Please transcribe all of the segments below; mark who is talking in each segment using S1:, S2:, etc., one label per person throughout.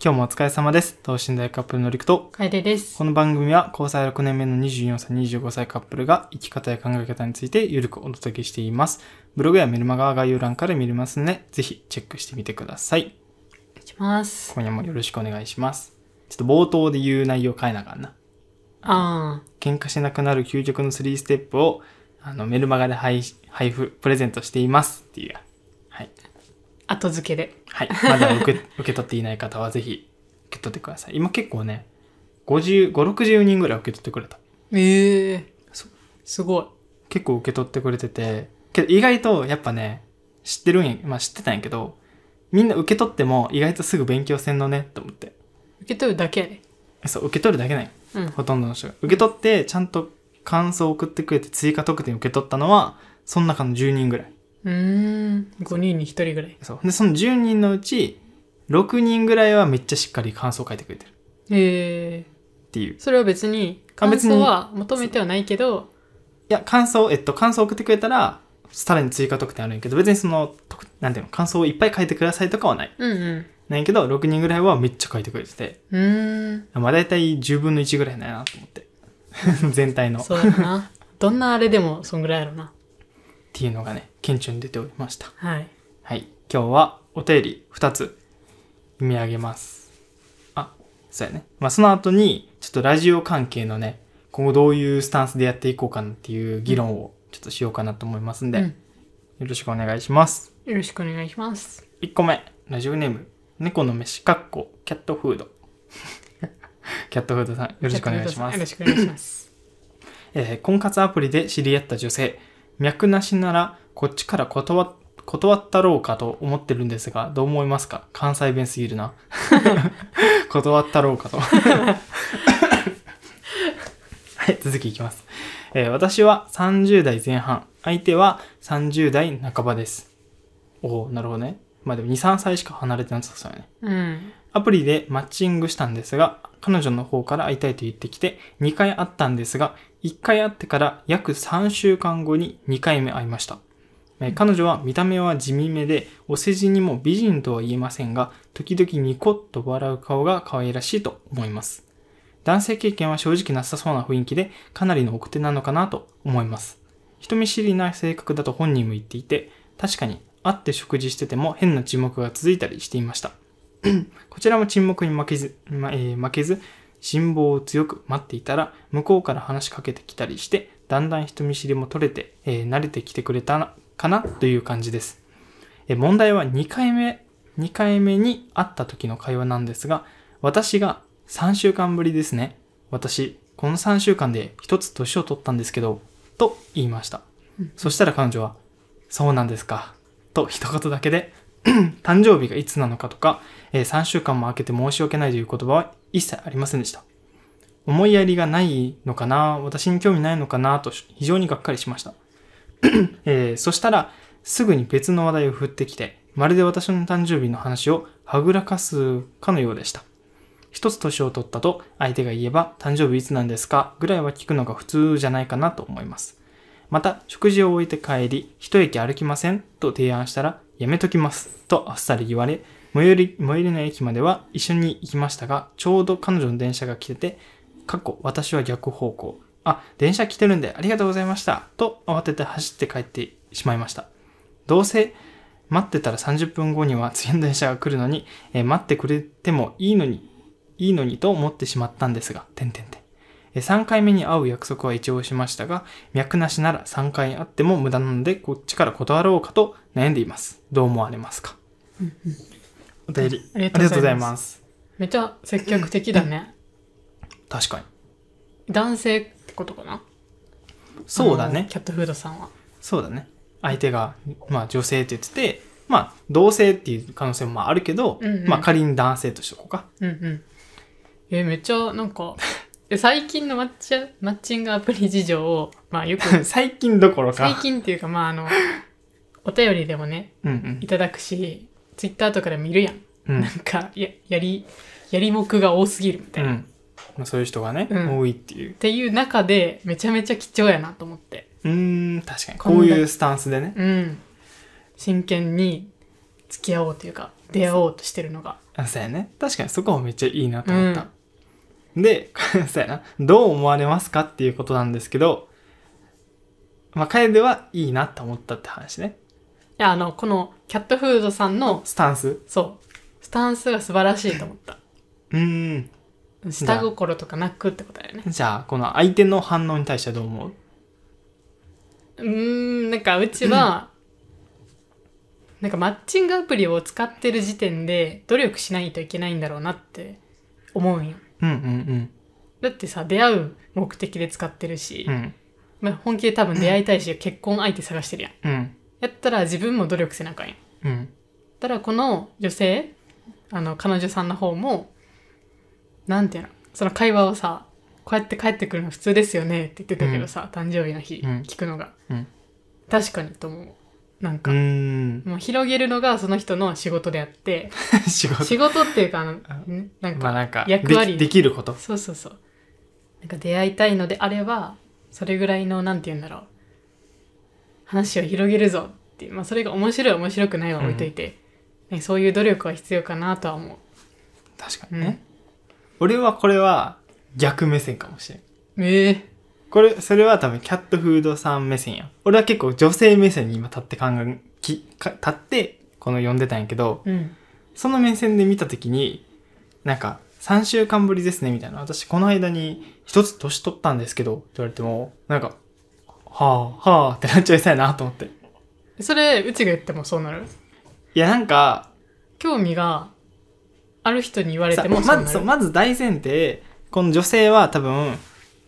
S1: 今日もお疲れ様です。等身大カップルのりくと、
S2: 楓です。
S1: この番組は交際6年目の24歳、25歳カップルが生き方や考え方についてゆるくお届けしています。ブログやメルマガは概要欄から見れますので、ぜひチェックしてみてください。
S2: お願いします。
S1: 今夜もよろしくお願いします。ちょっと冒頭で言う内容変えなあかんな。
S2: あ
S1: 喧嘩しなくなる究極の3ステップをあのメルマガで配配布、プレゼントしていますっていう。はい。
S2: あ、後付けで。
S1: はい。 まだ受け受け取っていない方はぜひ受け取ってください。今結構ね、50、5、60人ぐらい受け取ってくれた。
S2: ええすごい。
S1: 結構受け取ってくれてて、けど意外とやっぱね、知ってるんや、まあ知ってたんやけど、みんな受け取っても意外とすぐ勉強せんのねと思って。
S2: 受け取るだけやで。
S1: そう、受け取るだけなんよ
S2: うん。
S1: ほとんどの人が。受け取って、ちゃんと感想を送ってくれて追加特典受け取ったのは、その中の10人ぐらい。
S2: うーん。5人に1人ぐらい。
S1: そう。で、その10人のうち、6人ぐらいはめっちゃしっかり感想を書いてくれてる。
S2: ええ
S1: っていう。い
S2: それは別に、
S1: あ
S2: 感
S1: 別に
S2: 想は求めてはないけど、
S1: や、感想、えっと、感想を送ってくれたら、さらに追加特典あるんやけど、別にその、特なんていうの、感想をいっぱい書いてくださいとかはない。
S2: うんう
S1: ないけど、6人ぐらいはめっちゃ書いてくれてて、
S2: ん。うーん。
S1: まあ大体10分の1ぐらいなんやなと思って。 全体の。っ
S2: そうだな。どんなあれでも、そんぐらいやろな。
S1: ていうのがね、顕著に出ておりました。
S2: はい。
S1: はい。今日はお便り2つ読み上げます。あ、そうやね。まあ、その後に、ちょっとラジオ関係のね、今後どういうスタンスでやっていこうかなっていう議論をちょっとしようかなと思いますんで、
S2: うん
S1: よろしくお願いします。
S2: よろしくお願いします。
S1: 1個目、ラジオネーム、猫の飯かっこ、キャットフード。 キャットフードさん、よろしくお願いします
S2: よろ。しくお願い します。
S1: えー婚活アプリで知り合った女性脈なしならこっちから断っ断ったろうかと思ってるんですがどう思いますか関西弁すぎるな 断ったろうかと はい続きいきます、えー私は30代前半相手は30代半ばですおおなるほどねまあでも23歳しか離れてなさそうよね
S2: うん。
S1: アプリでマッチングしたんですが、彼女の方から会いたいと言ってきて、2回会ったんですが、1回会ってから約3週間後に2回目会いました。えー彼女は見た目は地味めで、お世辞にも美人とは言えませんが、時々ニコッと笑う顔が可愛らしいと思います。男性経験は正直なさそうな雰囲気で、かなりの奥手なのかなと思います。人見知りな性格だと本人も言っていて、確かに会って食事してても変な沈黙が続いたりしていました。こちらも沈黙に負けず、まえー負けず、辛抱を強く待っていたら、向こうから話しかけてきたりして、だんだん人見知りも取れて、えー慣れてきてくれたなかなという感じです。えー問題は2回目、2回目に会った時の会話なんですが、私が3週間ぶりですね。私、この3週間で1つ年を取ったんですけど、と言いました。そしたら彼女は、そうなんですか。と一言だけで、誕生日がいつなのかとか、えー3週間も空けて申し訳ないという言葉は一切ありませんでした。思いやりがないのかな、私に興味ないのかなと非常にがっかりしました。 えーそしたら、すぐに別の話題を振ってきて、まるで私の誕生日の話をはぐらかすかのようでした。一つ年を取ったと相手が言えば誕生日いつなんですかぐらいは聞くのが普通じゃないかなと思います。また食事を終えて帰り一駅歩きませんと提案したらやめときますとあっさり言われ最寄り最寄りの駅までは一緒に行きましたがちょうど彼女の電車が来ててかっこ私は逆方向あ電車来てるんでありがとうございましたと慌てて走って帰ってしまいましたどうせ待ってたら30分後には次の電車が来るのに、えー待ってくれてもいいのにいいのにと思ってしまったんですが点々点えー3回目に会う約束は一応しましたが脈なしなら3回あっても無駄なのでこっちから断ろうかと悩んでいますどう思われますかお便り
S2: あり
S1: ありが
S2: がとうご
S1: とう
S2: ざ
S1: ござ
S2: い
S1: い
S2: ま
S1: ます
S2: めっちゃ積極的だね。
S1: 確かに
S2: 男性ってことかな
S1: そうだ
S2: あの
S1: ね
S2: キャットフードさんは。
S1: そうだね相手が、まあ、女性って言っててまあ同性っていう可能性もまああるけど、
S2: うんうん
S1: まあ、仮に男性としてこうか
S2: うんうん。え、めっちゃ、なんか、 え最近のマッチャマッチングアプリ事情を、まあ よく、
S1: 最近どころ
S2: 最
S1: か
S2: 近っていうか、まああの、お便りでもね、
S1: うん
S2: いただくし、ツイッターとかでも見るやん。
S1: うんうん
S2: なんか、や、やり、やりもくが多すぎるみた
S1: う
S2: いな。っ
S1: んまあ、そういう人がね、
S2: うん
S1: 多いっていう
S2: ていう中で、めちゃめちゃ貴重やなと思って。
S1: うーん確かに
S2: こん
S1: こ
S2: な
S1: ういうスタンスでね
S2: うん。真剣に付き合おうというか、出会おうとしてるのが。
S1: あそうやね確かにそこもめっちゃいいなと思った、で そうやなどう思われますかっていうことなんですけどまあ楓はいいなと思ったって話ね
S2: いや、あの、このキャットフードさんの、
S1: スタンス
S2: そう、スタンスが素晴らしいと思った。
S1: うーん
S2: 下心とかなくってことだよね。
S1: じゃあこの相手の反応に対してはどう思う
S2: うーん、なんかうちは、なんかマッチングアプリを使ってる時点で努力しないといけないんだろうなって思うんよ。
S1: うんうん
S2: だってさ、出会う目的で使ってるし、
S1: うんうん
S2: まあ、本気で多分出会いたいし、結婚相手探してるやん。
S1: うん
S2: やったら自分も努力せなあかんやん。
S1: うん
S2: ただこの女性、あの、彼女さんの方も、なんていうの、その会話をさ、こうやって帰ってくるの普通ですよねって言ってたけどさ、誕生日の日、
S1: うん
S2: 聞くのが、
S1: うん
S2: 確かにと思う。なん
S1: う
S2: か、
S1: ーん
S2: もう広げるのがその人の仕事であって、
S1: 仕事
S2: 仕事っていうか、あの、んなん
S1: まあ
S2: か、
S1: なんか
S2: 役割
S1: できできること
S2: そうそうそう。なんか出会いたいのであれば、それぐらいの、なんて言うんだろう。話を広げるぞっていう、まあそれが面白い面白くないは置いといて、ね、そういう努力は必要かなとは思う。
S1: 確かにね、俺はこれは逆目線かもしれん
S2: ええ
S1: これそれは多分キャットフードさん目線やん俺は結構女性目線に今立って考えきか立ってこの読んでたんやけど
S2: うん。
S1: その目線で見た時になんか3週間ぶりですねみたいな私この間に一つ年取ったんですけどって言われてもなんかはあはあってなっちゃいそうやなと思って
S2: それ、うちが言ってもそうなる
S1: いやなんか
S2: 興味がある人に言われて
S1: さま
S2: もそうな
S1: ず
S2: る。
S1: そうまず大前提この女性は多分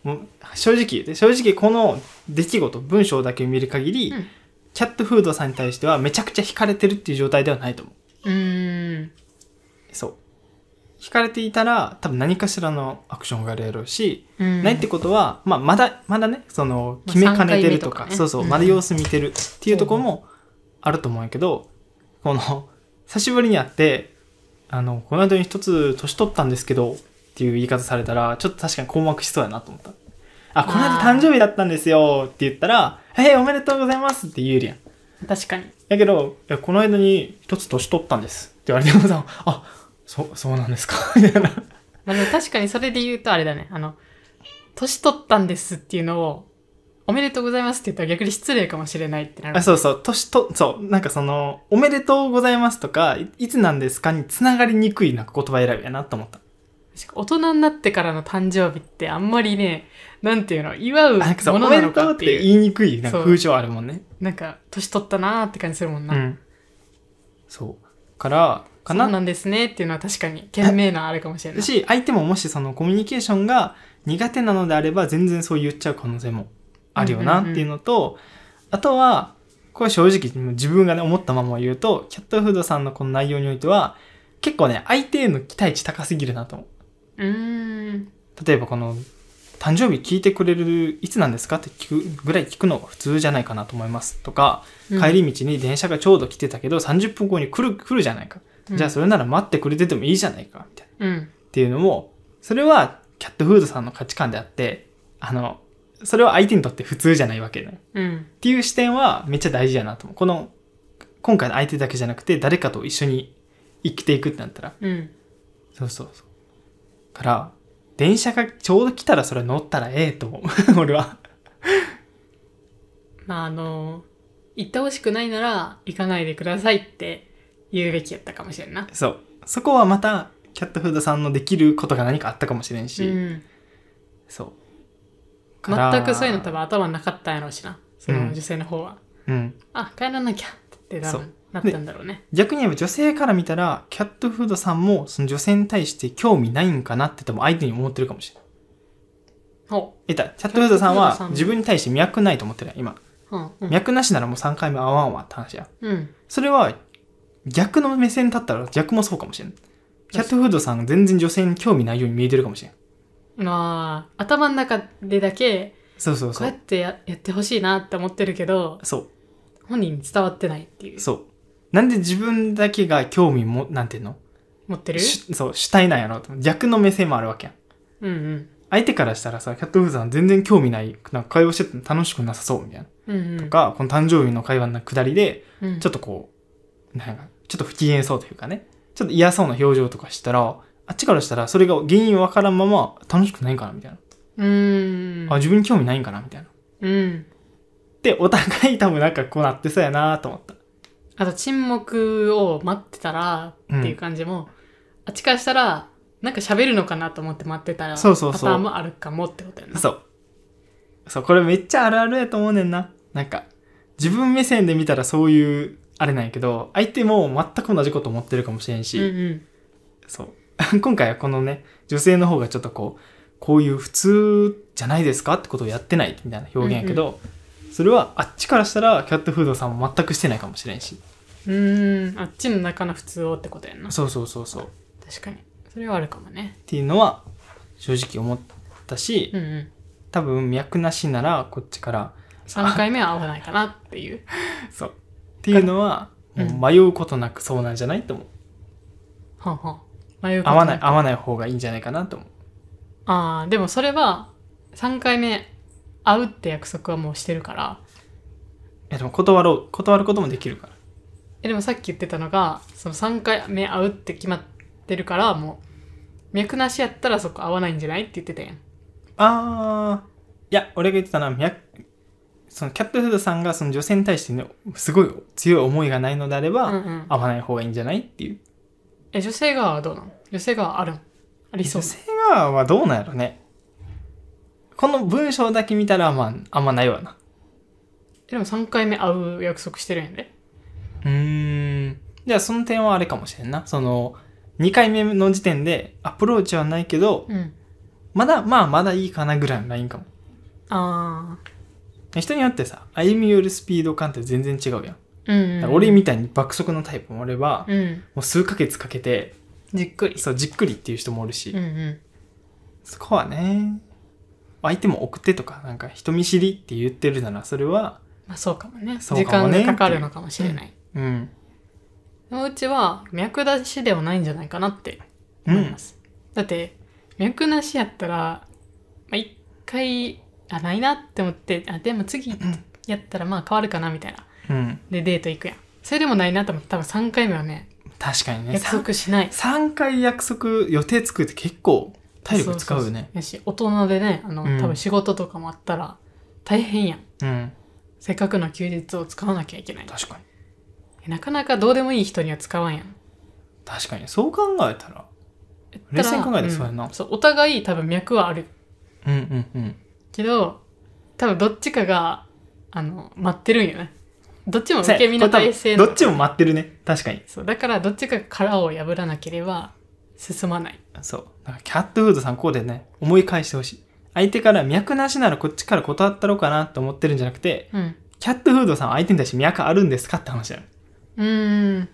S1: もう正直言って正直この出来事文章だけ見る限り、
S2: うん
S1: キャットフードさんに対してはめちゃくちゃ惹かれてるっていう状態ではないと思う
S2: うーん。
S1: そう惹かれていたら多分何かしらのアクションがあるやろうし、
S2: うん
S1: ないってことは、まあ、まだまだねその
S2: まあ
S1: 決めかねてると
S2: 三回目と
S1: か,、
S2: かね
S1: そうそう
S2: うん
S1: まだ様子見てるっていうところもあると思うんやけど、この久しぶりに会ってあのこの間に一つ年取ったんですけどっていう言い方されたらちょっと確かに困惑しそうやなと思ったあこの間
S2: あー
S1: 誕生日だったんですよって言ったら「えー、おめでとうございます」って言えるやん
S2: 確かに。
S1: やけど、いやこの間に一つ年取ったんですって言われて もさ、あ、そ、そうなんですかみたいな。
S2: まあでも確かにそれで言うとあれだね。あの、年取ったんですっていうのを、おめでとうございますって言ったら逆に失礼かもしれないってなる。
S1: あそうそう、年と、そう、なんかその、おめでとうございますとか、いいつなんですかに繋がりにくいなんか言葉選びやなと思った。
S2: 確か大人になってからの誕生日ってあんまりね、なんていうの、祝う
S1: あなんかそう、
S2: も
S1: お
S2: の
S1: め
S2: な
S1: で
S2: の
S1: と
S2: か
S1: うっ
S2: って
S1: て
S2: いう。
S1: 言いにくいなん
S2: そ
S1: か
S2: う
S1: 風潮あるもんね。
S2: なんか、年取ったなーって感じするもん
S1: う
S2: な。
S1: ん。そう。から、か
S2: そう
S1: な。
S2: なんですねっていうのは確かに、賢明なあれかもしれない。
S1: し、相手ももしそのコミュニケーションが苦手なのであれば、全然そう言っちゃう可能性もあるよなっ
S2: うんうんうん
S1: ていうのと、あとは、これ正直自分がね、思ったまま言うと、キャットフードさんのこの内容においては、結構ね、相手への期待値高すぎるなと思
S2: うーん。
S1: う。例えばこの、誕生日聞いてくれる、いつなんですかって聞くぐらい聞くのが普通じゃないかなと思います。とか、帰り道に電車がちょうど来てたけど、30分後に来る、来るじゃないか。
S2: うん
S1: じゃあそれなら待ってくれててもいいじゃないか、みたいな。
S2: う
S1: っ
S2: ん。
S1: ていうのもそれはキャットフードさんの価値観であってあのそれは相手にとって普通じゃないわけだよっ
S2: うん。
S1: ていう視点はめっちゃ大事やなと思うこの今回の相手だけじゃなくて誰かと一緒に生きていくってなったら
S2: うん。
S1: そうそうそうから電車がちょうど来たらそれ乗ったらええと思う 俺は
S2: まあ、あの、行ってほしくないなら、行かないでくださいって言うべきやったかもしれんな。
S1: そうそこはまたキャットフードさんのできることが何かあったかもしれんし、
S2: うん。
S1: そうから
S2: 全くそういうの多分頭になかったんやろうしなそ
S1: うん
S2: の女性の方は、
S1: うん
S2: あ帰らなきゃって多
S1: そう
S2: 分なったんだろうね
S1: 逆に言えば女性から見たらキャットフードさんもその女性に対して興味ないんかなって多分相手に思ってるかもしれない。
S2: ほ
S1: えたキャットフードさん
S2: キャットフードさ
S1: は
S2: んも
S1: 自分に対して脈ないと思ってるやん今
S2: ううんうん
S1: 脈なしならもう3回目合わんわって話や
S2: うん
S1: それは逆の目線に立ったら逆もそうかもしれないキャットフードさん全然女性に興味ないように見えてるかもしれん
S2: まあ頭の中でだけ
S1: そうそう
S2: こ
S1: そう
S2: や
S1: う
S2: ってややってほしいなって思ってるけど
S1: そ
S2: 本人に伝わってないっていう
S1: うそうなんで自分だけが興味もなんていうの
S2: 持ってる
S1: しそう主体なんやろうと逆の目線もあるわけやん
S2: うん
S1: 相手からしたらさキャットフードさん全然興味ないなんか会話してても楽しくなさそうみたいな
S2: うんうんうん
S1: が、この誕生日の会話の下りで、
S2: うん
S1: ちょっとこう、なんか、ちょっと不機嫌そうというかね、ちょっと嫌そうな表情とかしたら、あっちからしたらそれが原因わからんまま楽しくないんかなみたいな。
S2: うーん
S1: あ、自分に興味ないんかなみたいな。
S2: うん
S1: で、お互い多分なんかこうなってそうやなと思った。
S2: あと沈黙を待ってたらっていう感じも、あっちからしたらなんか喋るのかなと思って待ってたら
S1: そうそうそう
S2: パターンもあるかもってことやな
S1: そう。そう、これめっちゃあるあるやと思うねんな。なんか、自分目線で見たらそういう、あれなんやけど、相手も全く同じこと思ってるかもしれんし、
S2: うんうん
S1: そう。 今回はこのね、女性の方がちょっとこう、こういう普通じゃないですかってことをやってないみたいな表現やけど、それはあっちからしたらキャットフードさんも全くしてないかもしれんし。
S2: うーんあっちの中の普通をってことやんな
S1: そうそうそうそう。っ
S2: 確かにそれはあるかもね
S1: ていうのは正直思ったし、
S2: うんうん
S1: 多分脈なしならこっちから、
S2: 3回目は合わないかなっていう
S1: そう。っていうのは、
S2: うん
S1: もう迷うことなくそうなんじゃないと思う。
S2: はんはん迷うこと
S1: 合わない、
S2: あ
S1: 合わない方がいいんじゃないかなと思う。
S2: あーでもそれは3回目会うって約束はもうしてるから
S1: いやでも断ろう、断ることもできるから。
S2: えでもさっき言ってたのがその3回目会うって決まってるからもう脈なしやったらそこ合わないんじゃないって言ってたやん
S1: あーいや俺が言ってたのはみやそのキャットフードさんがその女性に対してねすごい強い思いがないのであれば、
S2: うんうん
S1: 合わない方がいいんじゃないっていう
S2: え女性側はどうなの女性側はあるんありそう
S1: 女性側はどうなんやろねこの文章だけ見たらまああんまないわな
S2: えでも3回目会う約束してるんやで
S1: うーんじゃあその点はあれかもしれんなその2回目の時点でアプローチはないけど
S2: うん
S1: まだまあまだいいかなぐらいのラインかも
S2: ああ
S1: 人によってさ歩み寄るスピード感って全然違うやん、
S2: うん、うん、
S1: 俺みたいに爆速のタイプもおれば、
S2: うん
S1: もう数ヶ月かけて
S2: じっくり
S1: そうじっくりっていう人もおるし、
S2: うんうん
S1: そこはね相手も送ってとかなんか人見知りって言ってるならそれは
S2: まあそうかもね
S1: そうかもね
S2: 時間がかかるのかもしれない、
S1: うん
S2: ううちは脈出しではないんじゃないかなって
S1: う
S2: 思い
S1: ん
S2: ます、だって脈なしやったら、まあ、1回あないなって思ってあでも次やったらまあ変わるかなみたいな
S1: うん
S2: でデート行くやんそれでもないなと思って多分3回目はね
S1: 確かにね
S2: 約
S1: 3,
S2: 束しない
S1: 回約束予定作るって結構体力使うよね
S2: そうそうそうやし大人でねあの、
S1: うん
S2: 多分仕事とかもあったら大変やん
S1: うん
S2: せっかくの休日を使わなきゃいけない
S1: 確かに
S2: なかなかどうでもいい人には使わんやん
S1: 確かにそう考えたら冷
S2: だから
S1: 静に考えたらそうやな
S2: そうお互い多分脈はある
S1: うんうんうん
S2: けど多分どっちかがあの待ってるんよねどっちも受け身の
S1: これ多分
S2: 体制の
S1: どっちも待ってるね確かに
S2: そうだからどっちかが殻を破らなければ進まない
S1: そうだからキャットフードさんこうでね思い返してほしい相手から脈なしならこっちから断ったろうかなと思ってるんじゃなくて
S2: うん
S1: キャットフードさんは相手に対して脈あるんですかって話だよ。
S2: うーん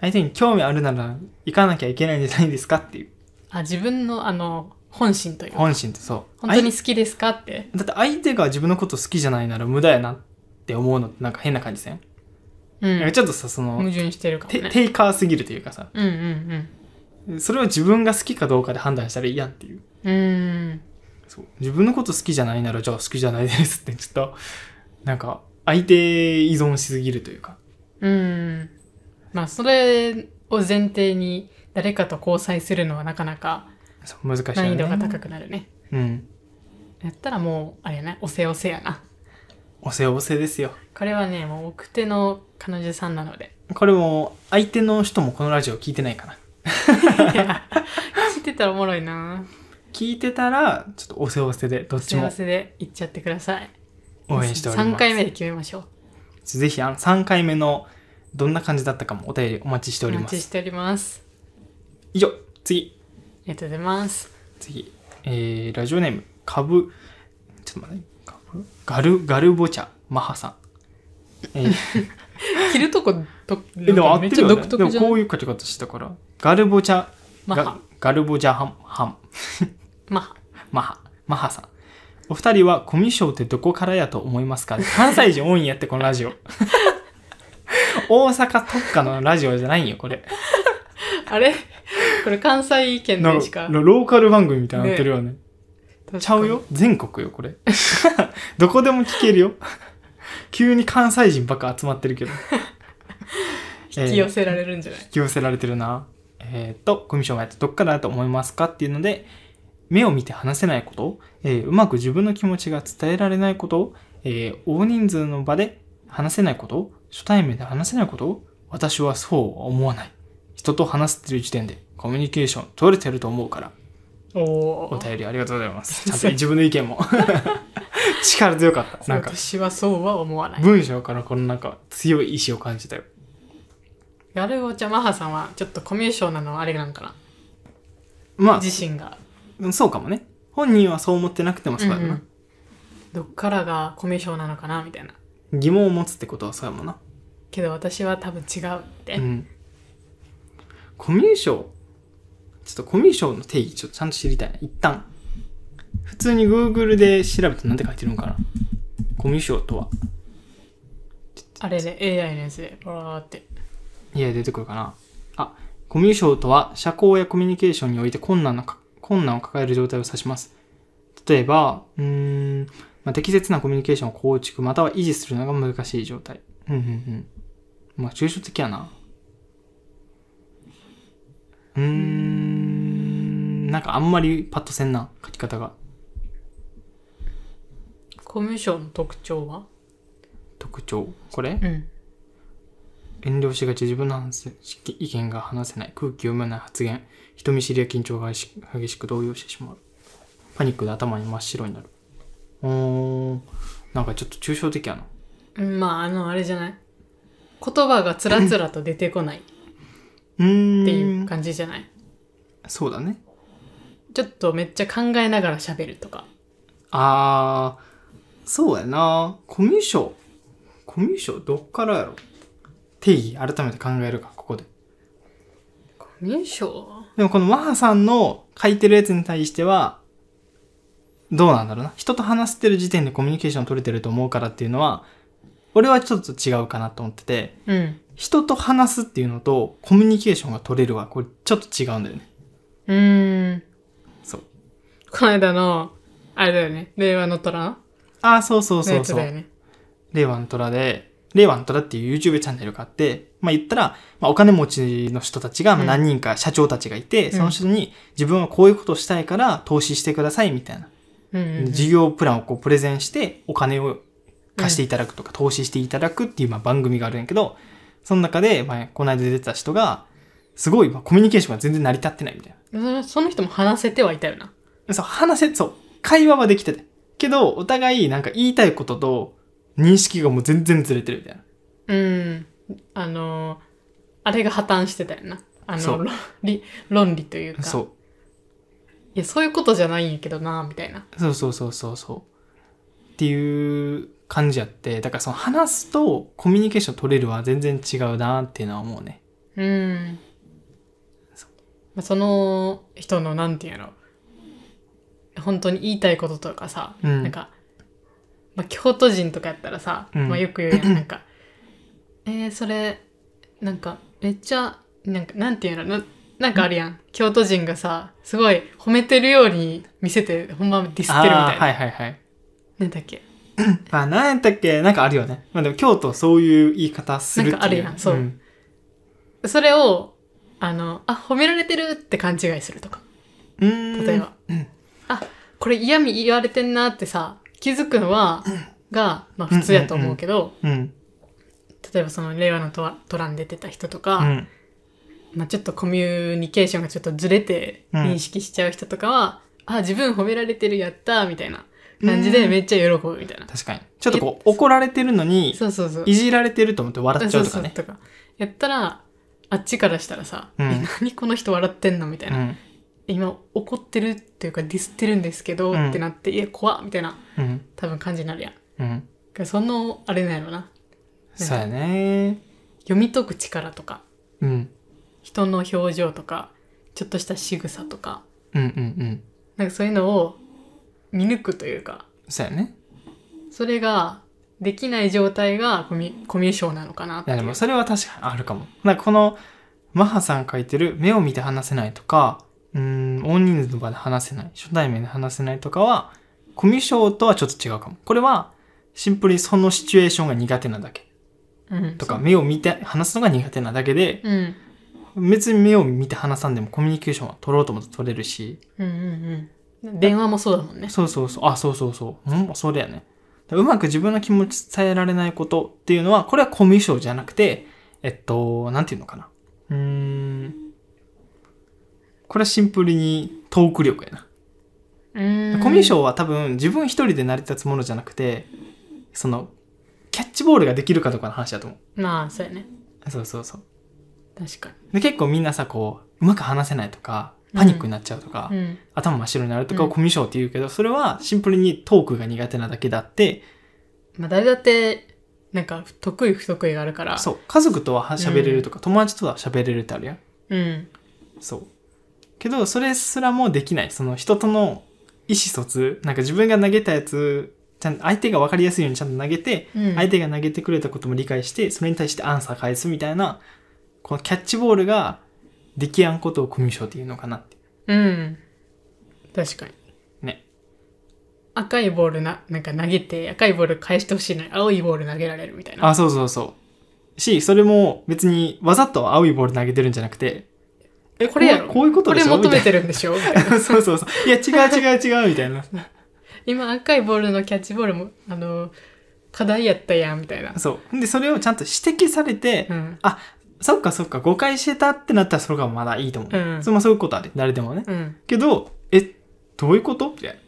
S1: 相手に興味あるなら行かなきゃいけないんじゃないですかっていう。
S2: あ自分のあの本心というか
S1: 本心ってそう。
S2: 本当に
S1: 相
S2: 好きですかって
S1: だって相手が自分のこと好きじゃないなら無駄やなって思うのってなんか変な感じせん、
S2: う
S1: なんか
S2: ん
S1: ちょっとさ、その、
S2: 矛盾してるかも
S1: テ
S2: ね
S1: テイカーすぎるというかさ、
S2: うんうん
S1: それは自分が好きかどうかで判断したらいいやんっていう。
S2: うんうーん
S1: そう自分のこと好きじゃないならじゃあ好きじゃないですってちょっと、なんか相手依存しすぎるというか。
S2: うーんまあそれを前提に誰かと交際するのはなかなか
S1: そう難しいよね。
S2: 難易度が高くなるね
S1: うん。
S2: やったらもうあれやなおせおせやな
S1: おせおせですよ。
S2: これはねもう奥手の彼女さんなので
S1: これも相手の人もこのラジオ聞いてないかな。
S2: いや聞いてたらおもろいな
S1: 聞いてたらちょっとおせおせでどっち
S2: 幸
S1: も
S2: せで行っちゃってください
S1: 応援しております
S2: 3回目で決めましょう
S1: ぜひあの3回目のどんな感じだったかもお便りお待ちして
S2: お
S1: おり
S2: 待
S1: ま
S2: ちし
S1: す
S2: ております
S1: 以上次
S2: ありがとうございます
S1: 次、えー、ラジオネームかぶちょっと待ってかぶガルガルボチャマハさんえー
S2: 着るとこと
S1: えでも合
S2: め
S1: っ
S2: ってち
S1: る
S2: ゃ
S1: よ、
S2: 独
S1: ね、で
S2: 特
S1: も
S2: じゃな
S1: こ
S2: いう
S1: いう書き方したからガルボチャ
S2: マハ
S1: ガガルボチャハンハン
S2: マハ
S1: マハマハさんお二人はコミュ障ってどこからやと思いますか関西人多いんやってこのラ ジオ大阪特化のラジオじゃないんよこれ
S2: あれこれ関西圏
S1: なん
S2: で
S1: か
S2: しか
S1: ロローカル番組みたいになってるよねちゃうよ全国よこれ どこでも聞けるよ急に関西 人ばっか集まってるけど
S2: 引き寄せられるんじゃない、
S1: 引き寄せられてるな、ええーっと、コミュ障害ってどっからだと思いますかっていうので、目を見て話せないこと、えーうまく自分の気持ちが伝えられないこと、えー大人数の場で話せないこと、初対面で話せないこと、私はそうは思わない。人と話してる時点でコミュニケーション取れてると思うから。
S2: お
S1: お
S2: ー
S1: 便りありがとうござい ます。ちゃんと自分の意見も。力強かった。なんか、
S2: 私はそうは思わない。
S1: 文章からこのなんか強い意志を感じたよ。
S2: やるお茶マハさんはちょっとコミュ障なのはあれなんか
S1: ま
S2: な自身が、
S1: あ、そうかもね。本人はそう思ってなくてもそうだよ
S2: うんう
S1: な。
S2: んどっからがコミュ障なのかなみたいな
S1: 疑問を持つってことはそうやもんな。
S2: けど私は多分違うって、
S1: うん。コミュ障ちょっとコミュ障の定義ちょっとちゃんと知りたいな。一旦。普通に Google で調べて何て書いてるんかな。コミュ障とは。
S2: あれで AI のやつでわーって
S1: いや、出てくるかな。あ、コミュ障とは、社交やコミュニケーションにおいて困難なか困難を抱える状態を指します。例えば、うーん、まあ、適切なコミュニケーションを構築、または維持するのが難しい状態。うんうんうん。まあ、抽象的やな。うーん、なんかあんまりパッとせんな、書き方が。
S2: コミュ障の特徴は
S1: 特徴。これ
S2: うん
S1: 遠慮しがち自分の話せ意見が話せない空気読めない発言人見知りや緊張が激し激しく動揺してしまうパニックで頭に真っ白になるおーなんかちょっと抽象的やな
S2: うんまああのあれじゃない言葉がつらつらと出てこないっ
S1: うーん
S2: ていう感じじゃない
S1: そうだね
S2: ちょっとめっちゃ考えながら喋るとか
S1: あーそうやなコミュ障コミュ障どっからやろ定義改めて考えるかここで
S2: コミュ障
S1: でもこのマハさんの書いてるやつに対しては、どうなんだろうな。人と話してる時点でコミュニケーション取れてると思うからっていうのは、俺はちょっと違うかなと思ってて、
S2: うん
S1: 人と話すっていうのとコミュニケーションが取れるは、これちょっと違うんだよね。
S2: うーん
S1: そう。
S2: この間のあれだよね令和の虎
S1: ああ、そうそう
S2: の
S1: そ
S2: や
S1: う
S2: つ
S1: そ
S2: だよ
S1: う。
S2: ね
S1: 令和の虎で、令和の虎っていう YouTube チャンネルがあって、まあ言ったら、まあ、お金持ちの人たちがまあ
S2: うん
S1: 何人か社長たちがいて、
S2: ん
S1: その人に自分はこういうことをしたいから投資してくださいみたいな。
S2: うんうんうん
S1: 事業プランをこうプレゼンしてお金を貸していただくとか投資していただくっていうまあ番組があるんやけどその中でまあこの間出てた人がすごいまあコミュニケーションが全然成り立ってないみたい
S2: そのその人も話せてはいたよな。
S1: なそう話せそう会話はできてたけどお互いなんか言いたいことと認識がもう全然ずれてるみたいな
S2: うん。あのーあれが破綻してたよな。あ
S1: そう
S2: の、 論理、論理というか。
S1: そう
S2: いや、そういうことじゃないんやけどな、みたいな。
S1: そうそうそうそうそう。っていう感じやって、だからその話すとコミュニケーション取れるは全然違うなっていうのは思うね。
S2: うん
S1: そ。
S2: まあその人の、なんていうの、本当に言いたいこととかさ、
S1: うん
S2: なんか、まあ、京都人とかやったらさ、
S1: うん
S2: まあ、よく言うやん、なんか、えー、それ、なんか、めっちゃ、なんか、なんていうの、ななんかあるやん。京都人がさ、すごい褒めてるように見せて、ほんまディスってるみたいな。
S1: あーはいはいはい。
S2: なんだっけ
S1: まあ、なんやったっけなんかあるよね。まあでも京都そういう言い方するっていう。
S2: なんかあるやんそうんそれを、あの、あ、褒められてるって勘違いするとか。
S1: うーん
S2: 例えば。あ、これ嫌味言われてんなってさ、気づくのは、が、まあ普通やと思うけど、
S1: うん。
S2: 例えばその令和のトトラン出てた人とか、
S1: うん。
S2: まあちょっとコミュニケーションがちょっとずれて
S1: うん
S2: 認識しちゃう人とかは、あ、自分褒められてるやったみたいな感じで
S1: うん
S2: めっちゃ喜ぶみたいな。
S1: 確かに。ちょっとこう怒られてるのに、
S2: そうそうそう。
S1: いじられてると思って笑っちゃうとかね。
S2: そうそうとか。やったら、あっちからしたらさ、
S1: うん
S2: え、何この人笑ってんのみたいな。
S1: うん。
S2: 今怒ってるっていうかディスってるんですけど、
S1: うん
S2: ってなって、いや、怖っみたいな
S1: うん。
S2: 多分感じになるやん。だ
S1: うん。
S2: からその、あれなんやろな。
S1: そうやね。
S2: 読み解く力とか、
S1: うん。
S2: 人の表情とか、ちょっとした仕草とか、
S1: うんうんうん。
S2: なんかそういうのを見抜くというか、
S1: そうやね。
S2: それができない状態がコミコミュ障なのかなっ
S1: い
S2: てい
S1: や
S2: う。
S1: でもそれは確かにあるかも。なんかこのマハさん書いてる目を見て話せないとか、うーん、大人数の場で話せない、初対面で話せないとかは、コミュ障とはちょっと違うかも。これはシンプルにそのシチュエーションが苦手なだけ
S2: うん
S1: とか、目を見て話すのが苦手なだけで、
S2: そううん。
S1: 別に目を見て話さんでもコミュニケーションは取ろうと思って取れるし、
S2: うんうんうん。電話もそうだもんね。
S1: そうそうそう、あ、そうそうそう、うん、そうだよね。うまく自分の気持ち伝えられないことっていうのは、これはコミュ障じゃなくて、えっと、なんていうのかな。うーん。これはシンプルにトーク力やな。
S2: うーん。
S1: コミュ障は多分自分一人で成り立つものじゃなくて、その、キャッチボールができるかどうかの話だと思
S2: まあ、そうやね。
S1: う。そうそうそう。
S2: 確か
S1: で結構みんなさ、こう、うまく話せないとか、パニックになっちゃうとか、
S2: に。うん。
S1: 頭真っ白になるとか
S2: う
S1: を
S2: ん
S1: コミュ障って言うけど、それはシンプルにトークが苦手なだけだって、
S2: まあ、誰だって、なんか、得意不得意があるから。
S1: そう、家族とはは喋れるとか、友達とは喋れるってあるやん。
S2: うん。
S1: そう。けど、それすらもできない。その人との意思疎通、なんか自分が投げたやつ、ちゃんと相手が分かりやすいようにちゃんと投げて、
S2: うん。
S1: 相手が投げてくれたことも理解してそれに対してアンサー返すみたいなこのキャッチボールができやんことをコミュ障っていうのかなって
S2: うん。確かに。
S1: ね。
S2: 赤いボールな、なんか投げて、赤いボール返してほしいのに、青いボール投げられるみたいな。
S1: あそうそうそうしそれも別にわざと青いボール投げてるんじゃなくてえ
S2: これやろ
S1: こうこういうこと
S2: こ
S1: で
S2: れ
S1: しょ
S2: 求めて
S1: る
S2: るんでしょみたい な
S1: そうそうそういや違う違う違うみたいな
S2: 今赤いボールのキャッチボールも、あの、課題やったやん、みたいな。
S1: そうでそれをちゃんと指摘されて、
S2: うん。
S1: そっかそっか誤解してたってなったらそれがまだいいと思う、
S2: うん
S1: それもそういうことある誰でもね
S2: うん。
S1: けどえどういうことみたいな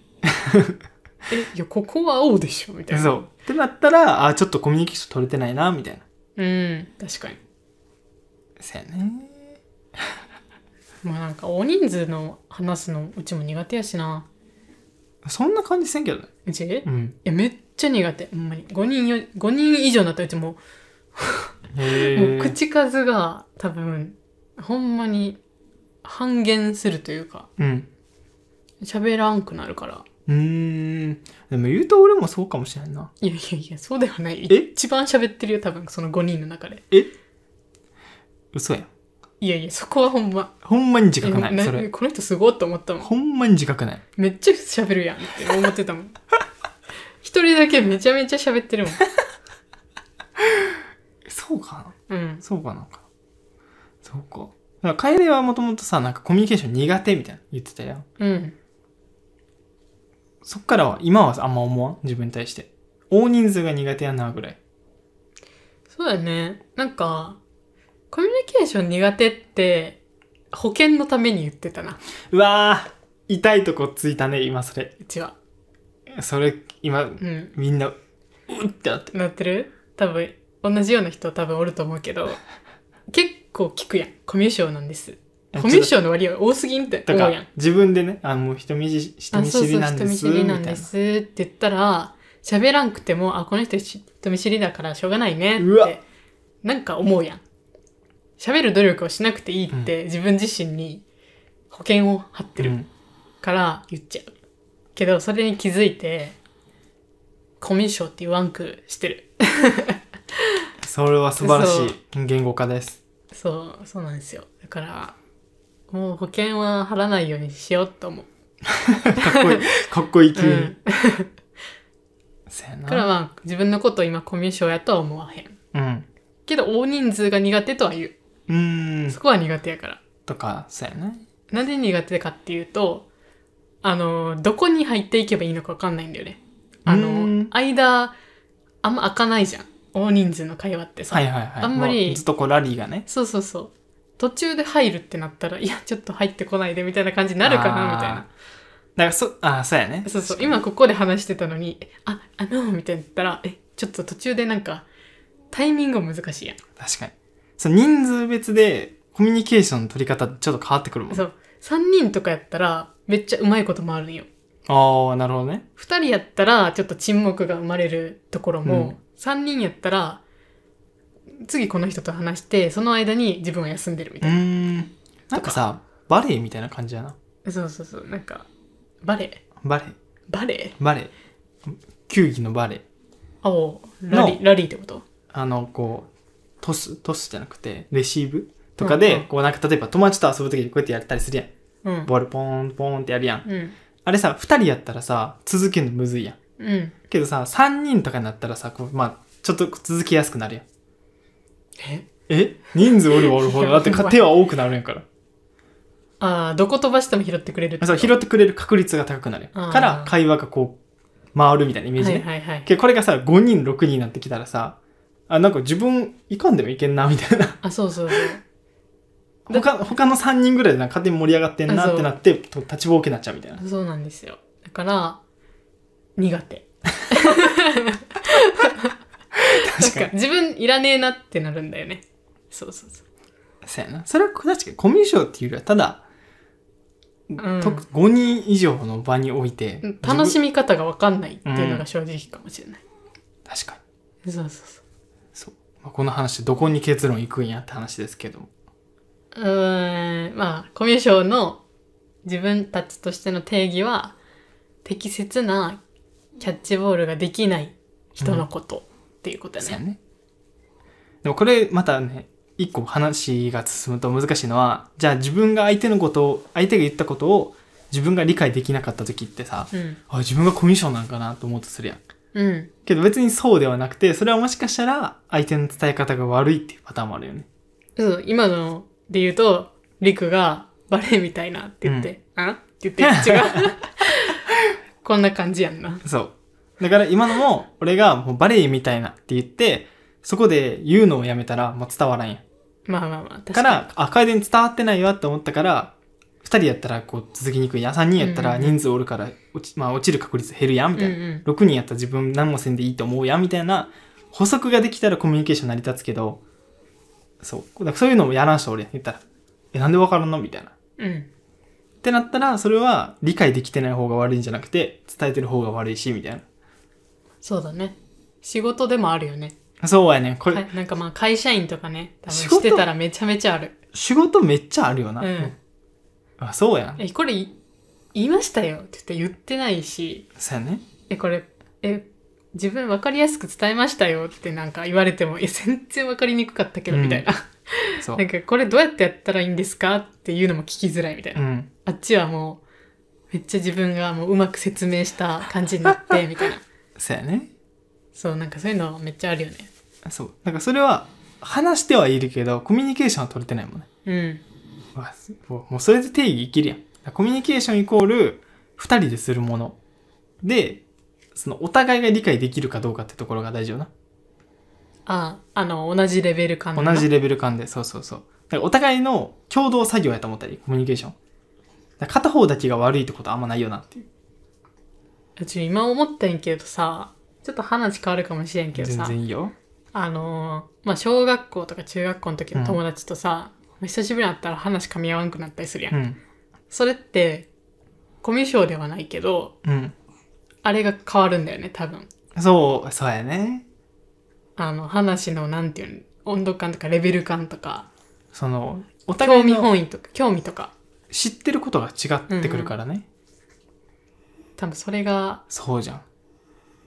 S2: え、いや、ここは青でしょみたいな。
S1: そう。ってなったら、あ、ちょっとコミュニケーション取れてないな、みたいな。
S2: うん、確かに。
S1: そやね。
S2: まあなんか、大人数の話すの、うちも苦手やしな。
S1: そんな感じせんけどね。
S2: うちえ
S1: うん。
S2: めっちゃ苦手。ほんまに。5人よ、5人以上になったらうちもう、も
S1: へ
S2: う口数が多分、ほんまに半減するというか、
S1: うん。
S2: 喋らんくなるから。
S1: うーん。でも言うと俺もそうかもしれんな。
S2: いやいやいや、そうではない。
S1: え
S2: 一番喋ってるよ、多分、その5人の中で。
S1: 嘘やん。
S2: いやいや、そこはほんま。
S1: ほんまに自覚な
S2: え
S1: い。それ。
S2: この人すごいと思ったもん。
S1: ほんまに自覚ない。
S2: めっちゃ喋るやんって思ってたもん。一人だけめちゃめちゃ喋ってるもん。
S1: そうか
S2: うん
S1: な。。そうかなんか。そうか。だから楓はもともとさ、なんかコミュニケーション苦手みたいなの言ってたやん。
S2: うん。
S1: そっからは、今はあんま思わん自分に対して。大人数が苦手やな、ぐらい。
S2: そうだね。なんか、コミュニケーション苦手って、保険のために言ってたな、
S1: うわー、痛いとこついたね、今それ。
S2: うちは。
S1: それ、今、
S2: うん。
S1: みんな、うってなって。
S2: なってる多分、同じような人多分おると思うけど、 結構聞くやん。コミュ障なんです。コミュ障の割合多すぎんって
S1: と
S2: 思うや
S1: か
S2: ん。、
S1: 自分でね、あ、もう人見知り、人
S2: あ、
S1: 見
S2: そう
S1: 知
S2: そ
S1: り
S2: う、
S1: なん
S2: 人
S1: で
S2: 見
S1: す、
S2: 知り
S1: みた
S2: ないん
S1: な
S2: で。すって言ったら、喋らんくても、あ、この人人見知りだからしょうがないねっ
S1: うわ
S2: て、なんか思うやん。喋る努力をしなくていいって、自分自身に保険を張ってる。
S1: うん
S2: から言っちゃうけどそれに気づいてコミュ障って言わんくしてる
S1: それは素晴らし
S2: そ
S1: い言語化 です。
S2: そうそうなんですよだからもう保険は払わないようにしようと思う、
S1: かっこいい、かっこいいう急に。
S2: ん、
S1: せや
S2: だから
S1: な。
S2: まあ自分のことを今コミュ障やとは思わへん
S1: うん。
S2: けど大人数が苦手とは言う
S1: うーん。
S2: そこは苦手やから
S1: とか、そうやね。
S2: なんで苦手かっていうとあのどこに入っていけばいいのか分かんないんだよねあ
S1: う
S2: の
S1: ん
S2: 間あんま開かないじゃん大人数の会話ってさ、
S1: はいはいはい。
S2: あんまり
S1: もうずっとこうラリーがね。
S2: そうそうそう。途中で入るってなったら、いや、ちょっと入ってこないでみたいな感じになるかな、
S1: あー
S2: みたいな。
S1: だからそ、あー、そうやね。
S2: そうそう、今ここで話してたのに、えあ、あのーみたいに言ったら、え、ちょっと途中でなんか、タイミング難しいやん。
S1: 確かに。そう、人数別でコミュニケーションの取り方ってちょっと変わってくるもん。あ
S2: そう、3人とかやったら、めっちゃうまいこともあるんよ。
S1: あー、なるほどね。
S2: 2人やったら、ちょっと沈黙が生まれるところ
S1: うん
S2: も、三3人やったら、次この人と話して、その間に自分は休んでるみ
S1: う
S2: たいな。
S1: ーん。なんかさ、バレエみたいな感じやな。
S2: そうそうそう、なんか、バレエ
S1: バレエ。
S2: バレエ
S1: バレエ。球技のバレエ。
S2: おうラリー、ラリーってこと
S1: あの、こう、トス、トスじゃなくて、レシーブとかで、
S2: うんうん
S1: こうなんか例えば友達と遊ぶときにこうやってやったりするやん。
S2: うん。
S1: ボールポーン、ポーンってやるやん。
S2: うん。
S1: あれさ、二人やったらさ、続けるのむずいやん。
S2: うん。
S1: けどさ、三人とかになったらさ、こう、まあ、ちょっと続きやすくなるやん。
S2: え
S1: え人数おればおるほど。だ って
S2: やばい
S1: 手は多くなるんやから。
S2: ああ、どこ飛ばしても拾ってくれるって
S1: そう、拾ってくれる確率が高くなる。
S2: あー
S1: から、会話がこう、回るみたいなイメージ
S2: は
S1: ね。
S2: いはいはい。
S1: けどこれがさ、5人、6人になってきたらさ、あ、なんか自分、いかんでもいけんな、みたい な。
S2: あ、そうそうそう。だ
S1: 他、他の3人ぐらいでなんか勝手に盛り上がってん
S2: あ
S1: な
S2: そう
S1: ってなって、と立ちぼうけになっちゃうみた いな。
S2: そうなんですよ。だから、苦手。
S1: 確かに。
S2: なんか自分いらねえなってなるんだよね。そうそうそう。
S1: そうやな。それは確かに、コミュ障っていうよりは、ただ、
S2: ん
S1: と5人以上の場において、
S2: 楽し
S1: み。
S2: み方がわかんないっていうのが正直かもしれない。
S1: 確かに。
S2: そうそうそう。
S1: そう。まあ、この話、どこに結論いくんやって話ですけども。
S2: うーん、まあ、コミュ障の自分たちとしての定義は、適切なキャッチボールができない人のことっていうことだ
S1: そうや
S2: ね。
S1: ね。でもこれまたね、一個話が進むと難しいのは、じゃあ自分が相手のことを、相手が言ったことを自分が理解できなかった時ってさ、
S2: うん。
S1: あ、自分がコミュ障なんかなと思うとするやん。
S2: うん。
S1: けど別にそうではなくて、それはもしかしたら相手の伝え方が悪いっていうパターンもあるよね。
S2: そう今ので言うと、リクがバレエみたいなって言って、あんって言って、違う。 こんな感じやんな。
S1: そう。だから今のも、俺がもうバレエみたいなって言って、そこで言うのをやめたらもう伝わらんやん。
S2: まあまあまあ、確
S1: か
S2: かに。
S1: ら、あ、回伝伝わってないわって思ったから、2人やったらこう続きにくいやん、3人やったら
S2: うんうん
S1: 人数おるから落ち,、まあ、落ちる確率減るやん、みたいな、
S2: うんうん
S1: 6人やったら自分何もせんでいいと思うやん、みたいな、補足ができたらコミュニケーション成り立つけど、そう。だからそういうのもやらんしょ、俺。言ったら。え、なんでわからんのみたいな。っ
S2: うん。
S1: てなったら、それは理解できてない方が悪いんじゃなくて、伝えてる方が悪いし、みたい
S2: そうだね。仕事でもあるよね。
S1: な。そうやね。これ、
S2: はい、なんかまあ会社員とかね、多分
S1: 仕事
S2: してたらめちゃめちゃある。
S1: 仕事めっちゃあるよ
S2: う
S1: な。
S2: ん。
S1: あ、そうやん。
S2: え、これい言いましたよって言って言ってないし、
S1: そうやね。
S2: え、これ、え、自分分かりやすく伝えましたよってなんか言われても、え、全然分かりにくかったけど、
S1: うん
S2: みたいな。
S1: そう
S2: な。んかこれどうやってやったらいいんですかっていうのも聞きづらいみたいうな。
S1: ん。
S2: あっちはもう、めっちゃ自分がもううまく説明した感じに なって、みたいな。
S1: そうやね。
S2: そう、なんかそういうのめっちゃあるよね。
S1: そう。なんかそれは、話してはいるけど、コミュニケーションは取れてないもんね。
S2: うん。
S1: わもうもうそれで定義いけるやん。だからコミュニケーションイコール、二人でするもの。で、その、お互いが理解できるかどうかってところが大事よな。
S2: あ、あの、同じレベル感
S1: 同じレベル感で、そうそうそう。だからお互いの共同作業やと思ったり、コミュニケーション。だから片方だけが悪いってことはあんまないよなっていう。
S2: うち今思ったんやけどさ、ちょっと話変わるかもしれんけど
S1: 全
S2: さ、
S1: 然いいよ。
S2: あのーまあ、小学校とか中学校の時の友達とさ、久しぶりに会ったら話噛み合わんくなったりするやん。
S1: うん。
S2: それって、コミュ障ではないけど、
S1: うん。
S2: あれが変わるんだよね、多分。
S1: そう、そうやね。
S2: あの、話の、なんていうの、温度感とかレベル感とか、
S1: その、お互
S2: 興
S1: い
S2: 味
S1: の
S2: 本位とか、興味とか、
S1: 知ってることが違ってくるからね。
S2: 多分それが
S1: そうじゃん。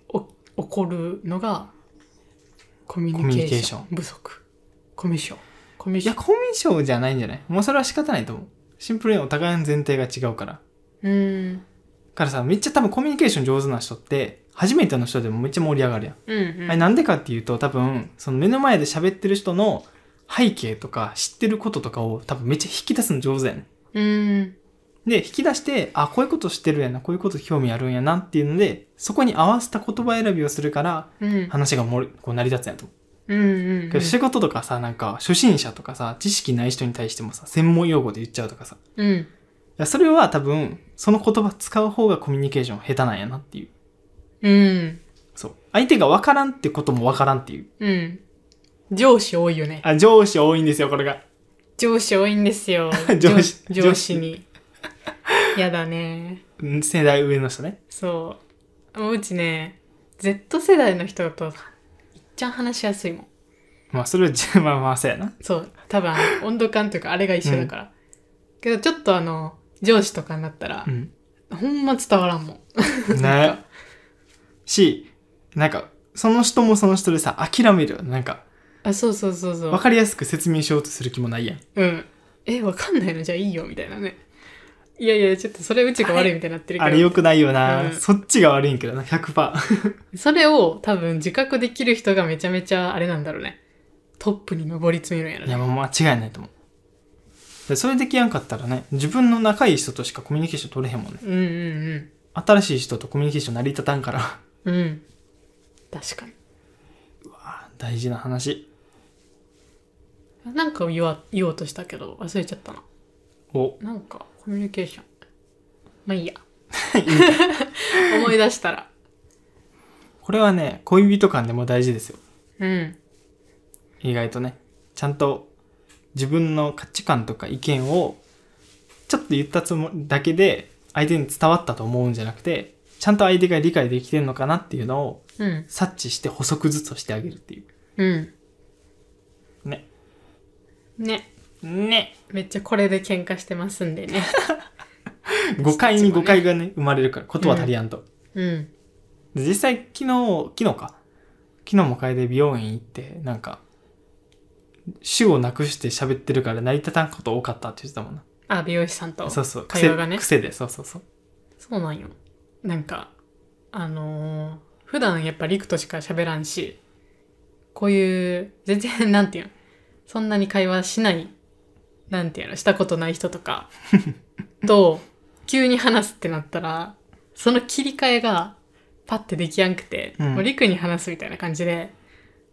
S2: お起こるのが、コミ
S1: コミ
S2: ュ
S1: ュ
S2: ニ
S1: ニ
S2: ケ
S1: ケ
S2: ー
S1: ー
S2: シ
S1: シ
S2: ョ
S1: ョ
S2: ン不足。コミュ障。コミュ
S1: いや、
S2: 障。
S1: コミュ障じゃないんじゃないもうそれは仕方ないと思う。シンプルにお互いの前提が違うから。だ
S2: うーん。
S1: からさ、めっちゃ多分コミュニケーション上手な人って、初めての人でもめっちゃ盛り上がるやん。
S2: うん、うん。
S1: あれなんでかっていうと、多分、その目の前で喋ってる人の背景とか知ってることとかを多分めっちゃ引き出すの上手やねん。
S2: うーん。
S1: で、引き出して、あ、こういうこと知ってるやな、こういうこと興味あるんやなっていうので、そこに合わせた言葉選びをするから、
S2: うん。
S1: 話がもれこう成り立つんやと思う。
S2: うんうん
S1: けど仕事とかさ、なんか初心者とかさ、知識ない人に対してもさ、専門用語で言っちゃうとかさ、
S2: うん。うん。
S1: いやそれは多分その言葉使う方がコミュニケーション下手なんやなっていう
S2: うん。
S1: そう相手が分からんってことも分からんっていう
S2: うん。上司多いよね。
S1: あ上司多いんですよこれが。
S2: 上司多いんですよ
S1: 上司
S2: 上上司に。やだね。
S1: うん世代上の人ね
S2: そう。もううちね、Z 世代の人だと、いっちゃん話しやすいもん。
S1: まあそれはじまあまあそうやな
S2: そう。多分、あの温度感というか、あれが一緒だから。けど、ちょっとあの、上司とかになったら
S1: う、ん
S2: ほんま伝わらんもん。
S1: ね しなんかその人もその人でさ諦めるよなんか
S2: あ、そうそうそうそ
S1: 分
S2: う。
S1: かりやすく説明しようとする気もないやん
S2: うん。え、わかんないのじゃあいいよ、みたいなね。いやいや、ちょっとそれうちが悪いみたいになってるけど。
S1: あれ良くないよな、
S2: うん
S1: そっちが悪いんけどな100%
S2: それを多分自覚できる人がめちゃめちゃあれなんだろうね。トップに上り詰めるんやろ
S1: いや、
S2: ね
S1: もう間違いないと思う。でそれできやんかったらね、自分の仲いい人としかコミュニケーション取れへんもんね。
S2: うんうん
S1: 新しい人とコミュニケーション成り立たんから。
S2: うんうん確か
S1: あ大事な話。
S2: になんか言わ言おうとしたけど忘れちゃったな
S1: お、
S2: なんかコミュニケーションまあいいや思い出したら
S1: これはね、恋人間でも大事ですよ。
S2: うん
S1: 意外とね。ちゃんと自分の価値観とか意見をちょっと言ったつもりだけで相手に伝わったと思うんじゃなくて、ちゃんと相手が理解できてるのかなっていうのを
S2: うん
S1: 察知して補足ずつしてあげるっていう
S2: うん
S1: ね
S2: ね
S1: ね
S2: めっちゃこれで喧嘩してますんでね
S1: 誤解に誤解がね生まれるから言葉足りやんと、
S2: うん
S1: で実際昨日昨日か昨日も楓美容院行ってなんか主をなくして喋ってるから成り立たんこと多かったって言ってたもんな
S2: あ美容師さんと
S1: そうそう
S2: 会話がね
S1: 癖癖でそうそう そう
S2: そうなんよ。なんか、あのー普段やっぱ陸としか喋らんし、こういう、全然、 なんていうの、そんなに会話しない、なんていうの、したことない人 とか、と、急に話すってなったら、その切り替えが、パッてできやんくて、
S1: うん
S2: もう陸に話すみたいな感じで、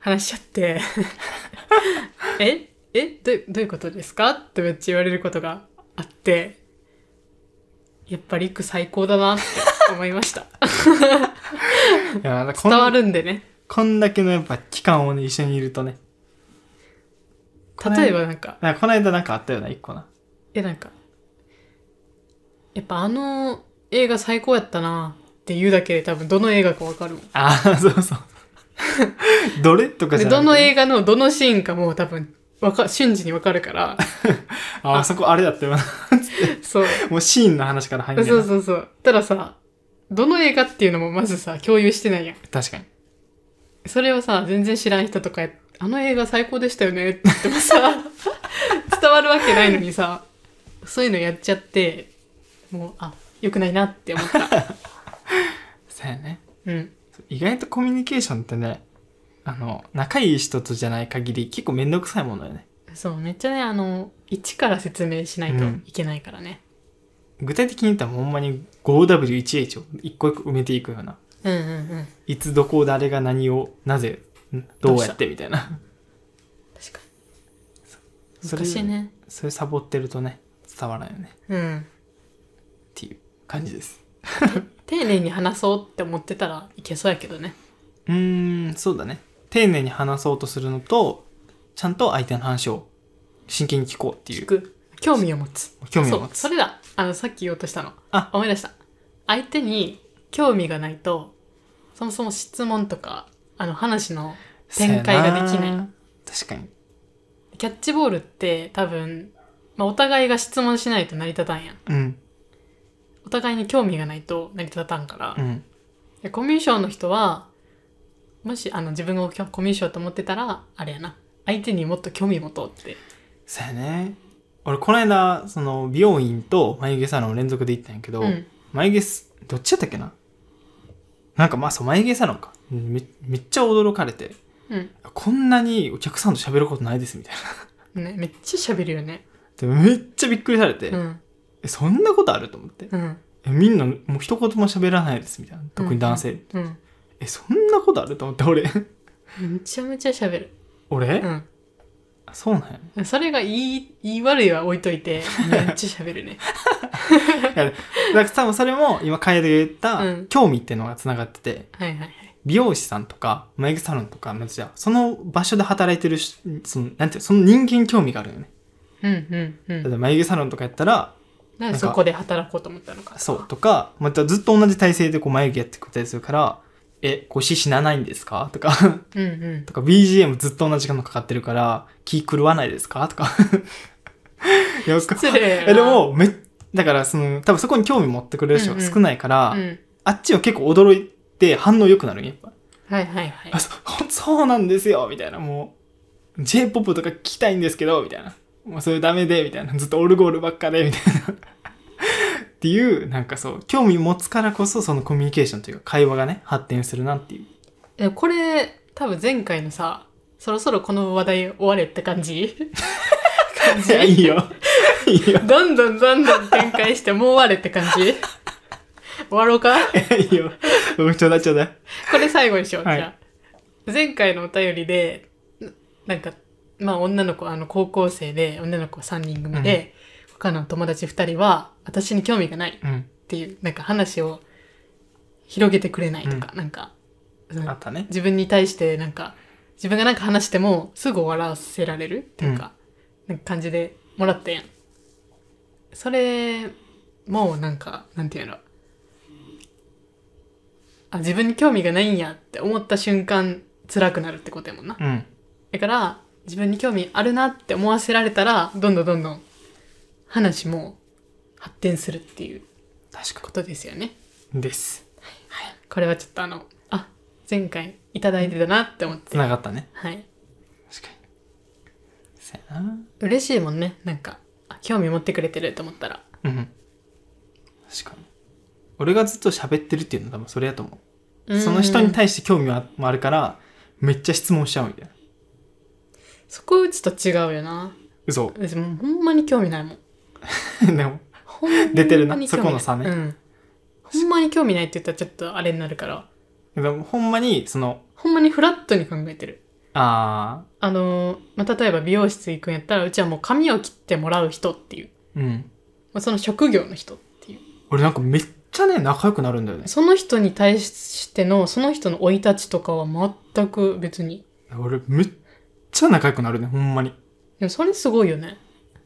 S2: 話しちゃ って、 ええどうどういうことですかってめっちゃ言われることがあって、やっぱりク最高だなって思いました。
S1: いやだからこん
S2: 伝わるんでね。
S1: こんだけのやっぱ期間をね一緒にいるとねこの間
S2: 例えばなんか、
S1: なんかこの間なんかあったよな一個な
S2: え、なんか、やっぱあの映画最高やったなって言うだけで多分どの映画かわかるもん。
S1: ああ そう そうどれとかじ
S2: で、
S1: ゃなく
S2: ど
S1: て
S2: の映画のどのシーンかもう多分わか、瞬時にわかる から、
S1: ああそこあれだったよ な
S2: そう。
S1: もうシーンの話から入んねんな
S2: そうそうそう。たださ、どの映画っていうのもまずさ、共有してないやん。
S1: 確かに
S2: それをさ、全然知らん人とかや、あの映画最高でしたよねって言ってもさ、 伝わるわけないのにさ、そういうのやっちゃって、もう、あ、良くないなって思った。
S1: そうやね
S2: うん。
S1: 意外とコミュニケーションってねあの仲いい人とじゃない限り結構めんどくさいものよね
S2: そう、めっちゃね、あの、一から説明しないといけないからね。
S1: 具体的に言ったらほんまに 5W1H を一個一個埋めていくような
S2: うんうんうん。
S1: いつどこ誰が何をなぜんどうやってみたいな
S2: 確かに。
S1: それ
S2: 難しいね。
S1: それサボってるとね伝わらないよね
S2: うん。
S1: っていう感じです
S2: 丁寧に話そうって思ってたらいけそうやけどね。
S1: うーんそうだね丁寧に話そうとするのとちゃんと相手の話を真剣に聞こうってい
S2: 聞
S1: う
S2: く。興味を持つ。
S1: 興味を持
S2: そうそ
S1: つ
S2: れだあのさっき言おうとしたの
S1: あ
S2: 思い出した相手に興味がないとそもそも質問とかあの話の展開ができ
S1: そう
S2: な
S1: や
S2: い
S1: 確かに
S2: キャッチボールって多分、まあ、お互いが質問しないと成り立たんやん
S1: うん
S2: お互いに興味がないと成り立たんから
S1: う、ん
S2: でコミュ障の人はもしあの自分をきょコミュ障と思ってたらあれやな相手にもっと興味持とうって
S1: そうやね俺この間その美容院と眉毛サロンを連続で行ったんやけど、
S2: うん
S1: 眉毛すどっちやったっけななんかまあそう眉毛サロンかめめっちゃ驚かれて
S2: うん
S1: こんなにお客さんと喋ることないですみたいな
S2: ねめっちゃ喋るよね
S1: でめっちゃびっくりされて、
S2: うん
S1: えそんなことあると思って、
S2: うん
S1: えみんなもう一言も喋らないですみたいな特に男性、
S2: うん
S1: えそんなことあると思って俺
S2: めちゃめちゃ喋る
S1: 俺、
S2: うん
S1: あそうなんやね
S2: それがいい、いい悪いは置いとい て、めっちゃ喋るね。
S1: いやだから多分それも今楓が言った、
S2: うん
S1: 興味っていうのがつながってて
S2: はいはいはい。
S1: 美容師さんとか眉毛サロンとかまずじゃあその場所で働いてるしそのなんていうのその人間に興味があるよね
S2: うんうんう
S1: 例え
S2: ん。
S1: ば眉毛サロンとかやったら
S2: なんでそこで働こうと思ったのか。
S1: そう。とかまたずっと同じ体勢でこう眉毛やってくれたりするから「え腰死なないんですか?」とか
S2: うんうん。
S1: とか BGM ずっと同じ時間のかかってるから気狂わないですかとか いや
S2: 失礼やな
S1: えでもめだからその多分そこに興味持ってくれる人が少ないから、
S2: うん。
S1: あっちは結構驚いて反応良くなるんやっぱ、
S2: はいはいはい
S1: あ。そそうなん ですよみたいなもう j p o p とか聞きたいんですけどみたいなもうそれダメでみたいなずっとオルゴールばっかでみたいな っていうなんかそう興味持つからこそそのコミュニケーションというか会話がね発展するなっていう
S2: でもこれ、多分前回のさ、そろそろこの話題終われって感じ感
S1: いやい
S2: じ
S1: いよ。いいよ。
S2: どんどんどんどん展開してもう終われって感 じ終わろうか
S1: いいよ。うんちょうだいちょうだい。
S2: これ最後にしよう、
S1: はい
S2: じゃあ前回のお便りでななんかまあ女の子あの高校生で女の子3人組で、他の友達2人は私に興味がない
S1: うん。
S2: っていうなんか話を広げてくれないとか、なんか、うん
S1: あったね。
S2: 自分に対してなんか自分がなんか話してもすぐ終わらせられるっていうか,、なんか感じでもらったやんそれもうなんかなんていうのあ自分に興味がないんやって思った瞬間辛くなるってことやもんな
S1: うん。
S2: だから自分に興味あるなって思わせられたらどんどんどんどん話も発展するっていう
S1: 確か
S2: ことですよね
S1: です。
S2: これはちょっとあのあ前回いただいてたなって思って
S1: 繋がったね。
S2: はい
S1: 確かに。せやな。
S2: 嬉しいもんねなんかあ興味持ってくれてると思ったら
S1: うん。確かに。俺がずっと喋ってるっていうのは多分それやと思う。その人に対して興味はもあるから、めっちゃ質問しちゃうみたいな。
S2: そこうちと違うよな
S1: 嘘。
S2: 私もうほんまに興味 ないもん
S1: でも、
S2: ほんまに
S1: 出
S2: 興味ない
S1: てるなそこの差ね
S2: うんほんまに興味ないって言ったらちょっとあれになるから
S1: でもほんまに、その、
S2: ほんまにフラットに考えてる
S1: あ
S2: あのー、まあ、例えば美容室行くんやったらうちはもう髪を切ってもらう人っていう
S1: ー、うん。
S2: まあその職業の人っていう
S1: 俺なんかめっちゃね、仲良くなるんだよね。
S2: その人に対してのその人の生い立ちとかは全く別に
S1: 俺めっちゃ仲良くなるね、ほんまに。
S2: でもそれすごいよね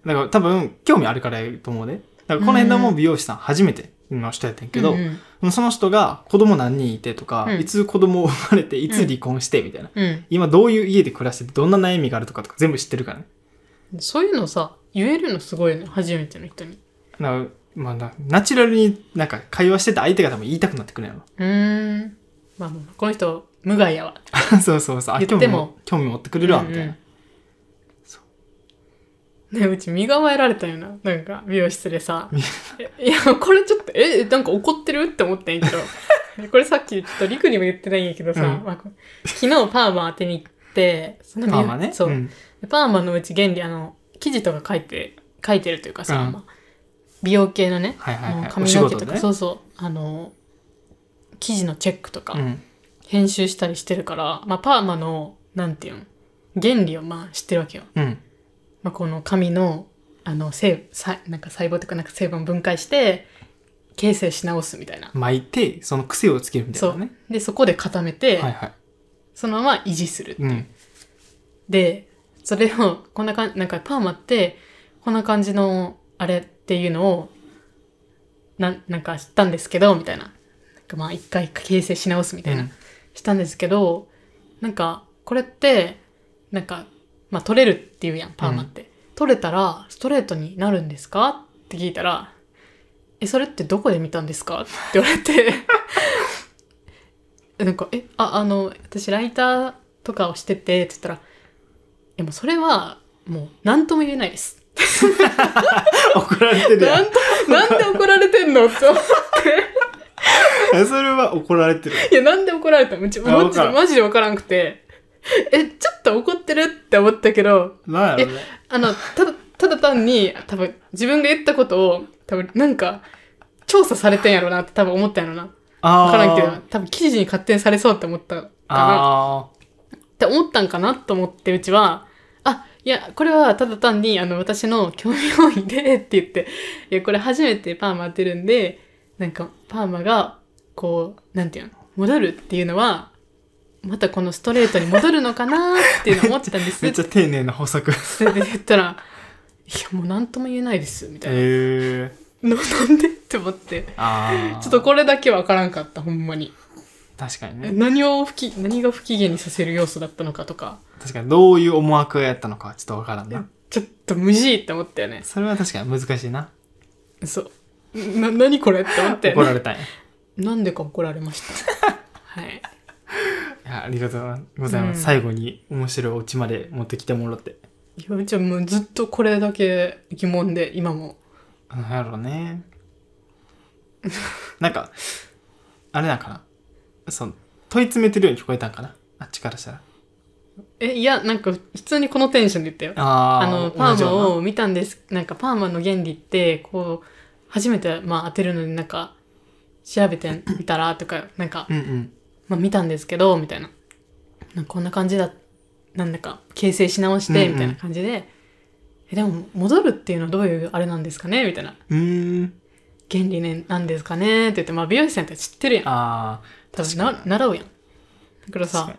S1: だから多分、興味あるからやと思うで。だからこの間も美容師さん初めての人やったんやけど、
S2: うんうん
S1: その人が子供何人いてとか、
S2: うん
S1: いつ子供生まれて、いつ離婚してみたいな。
S2: うん
S1: 今どういう家で暮らしててどんな悩みがあるとかとか全部知ってるからね。
S2: そういうのさ、言えるのすごいよね、初めての人に。
S1: なまあ、なナチュラルになんか会話してて相手が多分言いたくなってくるや
S2: うーん。まあ、この人、無害やわ。
S1: ろ。 そうそうそう。あ
S2: 言
S1: 興
S2: って
S1: 味
S2: も
S1: も興味持ってくれるわ、みたい
S2: うんう。。
S1: なんそう
S2: ね、うち身構えられたよな。なんか、美容室 でさ。いや、これちょっと、え、なんか怒ってるって思ったんやけど。 これさっきちょっとリクにも言ってないんやけどさ、
S1: うん
S2: まあこう昨日パーマ当てに行って、その美
S1: パ
S2: 容
S1: ーマね。
S2: そう、
S1: ん
S2: パーマのうち原理、あの、記事とか書いて、書いてるというかさ、
S1: うん
S2: まあ美容系のね、
S1: はいはい
S2: あ
S1: は
S2: の
S1: い。お
S2: 髪
S1: 仕
S2: の毛
S1: 事
S2: と
S1: で
S2: か、
S1: ね。
S2: そうそうあの記事のチェックとか、
S1: うん。
S2: 編集したりしてるから、まあ、パーマのなんていうん原理をまあ知ってるわけよ、
S1: うん。
S2: まあ、この髪のあの成さなんか細胞とかなんか成分を分解して形成し直すみたいな、
S1: 巻いて、その癖をつけるみた
S2: そ
S1: いなね。
S2: うでそこで固めて、
S1: はいはい。
S2: そのまま維持する
S1: うん。
S2: でそれをこんなかんなんかパーマってこんな感じのあれっていうのをなんなんか知ったんですけどみたいななんかまあ一回形成し直すみたいな、
S1: うん
S2: したんですけどなんかこれってなんか、まあ、取れるっていうやんパーマって、取れたらストレートになるんですかって聞いたら「えそれってどこで見たんですか?」って言われて なんか「えああの私ライターとかをしてて」って言ったら「いやもうそれはもう何とも言えないです」
S1: 怒られてるや
S2: なん
S1: ん。
S2: となんで怒られてんのって思っ
S1: それは怒られてる。
S2: ていやなんで怒られたのうち
S1: あ
S2: マ
S1: わ
S2: ジで
S1: からん
S2: マジで分からんくてえちょっと怒ってるって思ったけど
S1: なんやろね。
S2: あのただただ単に多分自分が言ったことを多分なんか調査されてんやろなって多分思ったんやろな
S1: あー
S2: 分からんけど多分記事に勝手にされそうって思ったかな
S1: あ
S2: って思ったんかなと思ってうちはあいやこれはただ単にあの私の興味本位でって言っていやこれ初めてパーマ当てるんでなんかパーマがこうなんていうの戻るっていうのはまたこのストレートに戻るのかなっていうのを思ってたんで
S1: ー。
S2: す
S1: めっちゃ丁寧な補足。
S2: それで言ったら「いやもう何とも言えないです」みたいな
S1: ええ。
S2: 「ななんで?」って思って
S1: ああ。
S2: ちょっとこれだけわからんかったほんまに
S1: 確かにね。
S2: 何を不機何が不機嫌にさせる要素だったのかとか
S1: 確かにどういう思惑やったのかはちょっとわからんな。
S2: ちょっと無事って思ったよね
S1: それは確かに難しいな。
S2: そうな何これって思って
S1: 怒られたんや。
S2: なんでか怒られました はい
S1: いやありがとうございます。
S2: うん
S1: 最後に面白いオチまで持ってきてもらって。
S2: いやうちはもうずっとこれだけ疑問で今も
S1: なんやろう ね。なんか、あれなんかな。そう、問い詰めてるように聞こえたんかな。あっちからしたら。
S2: え、いや、なんか、普通にこのテンションで言ったよ。
S1: あ
S2: あ
S1: ー
S2: の、パ
S1: 同じ
S2: ー
S1: ような
S2: マを見たんです。なんか、パーマの原理って、こう、初めて、まあ、当てるのになんか、調べてみたら、とか、なんか、
S1: うんうん
S2: まあ、見たんですけど、みたいな。なんかこんな感じだ、なんだか、形成し直して、
S1: うんうん
S2: みたいな感じで、え、でも、戻るっていうのはどういうあれなんですかねみたいな。
S1: うーん
S2: 原理ね、なんですかねって言って、まあ、美容師さんって知ってるやん。
S1: あ
S2: 多分
S1: 確
S2: な
S1: かに
S2: 習うやん。だから
S1: あ
S2: さ、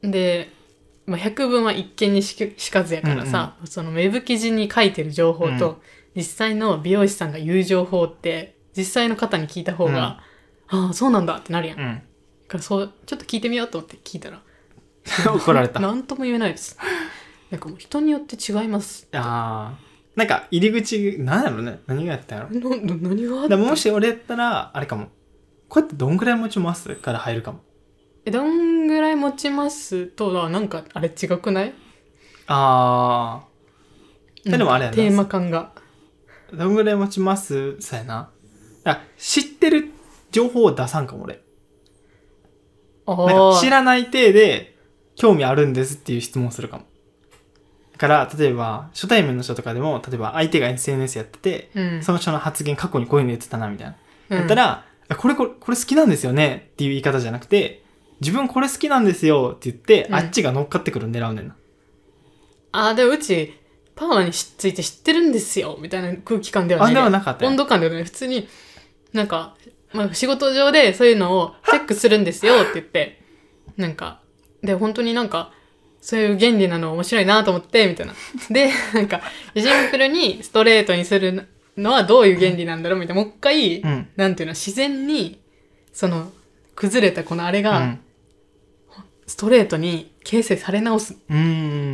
S2: で、まあ、百聞は一見にしきしかずやからさ、そのウェブ記事に書いてる情報と、
S1: う
S2: 実際の美容師さんが言う情報って、実際の方に聞いた方が、ああ、そうなんだってなるやん。だ
S1: うん
S2: からそう、ちょっと聞いてみようと思って聞いたら、
S1: 怒 られたあ
S2: なんとも言えないです。なんかもう人によって違います。
S1: あーなんか入り口何やろうね何がやったんやろ
S2: なな何があ
S1: だ
S2: った
S1: からもし俺やったらあれかもこうやってどんぐらい持ちますから入るかも
S2: えどんぐらい持ちますと、あなんかあれ違くない
S1: あでもあれやな
S2: テーマ感が。
S1: あどんぐらい持ちますそうやなあ知ってる情報を出さんかも俺なん
S2: あ
S1: か知らない体で興味あるんですっていう質問するかもだから例えば初対面の人とかでも例えば相手が SNS やってて、
S2: うん
S1: その人の発言過去にこういうの言ってたなみたいな、
S2: うん
S1: やったらあこれこれこれ好きなんですよねっていう言い方じゃなくて自分これ好きなんですよって言って、
S2: うん
S1: あっちが乗っかってくるの狙うねんな
S2: あーでもうちパーマにしついて知ってるんですよみたいな空気感ではない
S1: あではなかったよ
S2: 温度感ではない普通になんか、まあ、仕事上でそういうのをチェックするんですよって言ってなんかで本当になんかそういう原理なの面白いなと思ってみたいなでなんかシンプルにストレートにするのはどういう原理なんだろうみたいなもう一回、
S1: うん
S2: なんていうの自然にその崩れたこのあれ
S1: う
S2: が
S1: ん
S2: ストレートに形成され直す
S1: うー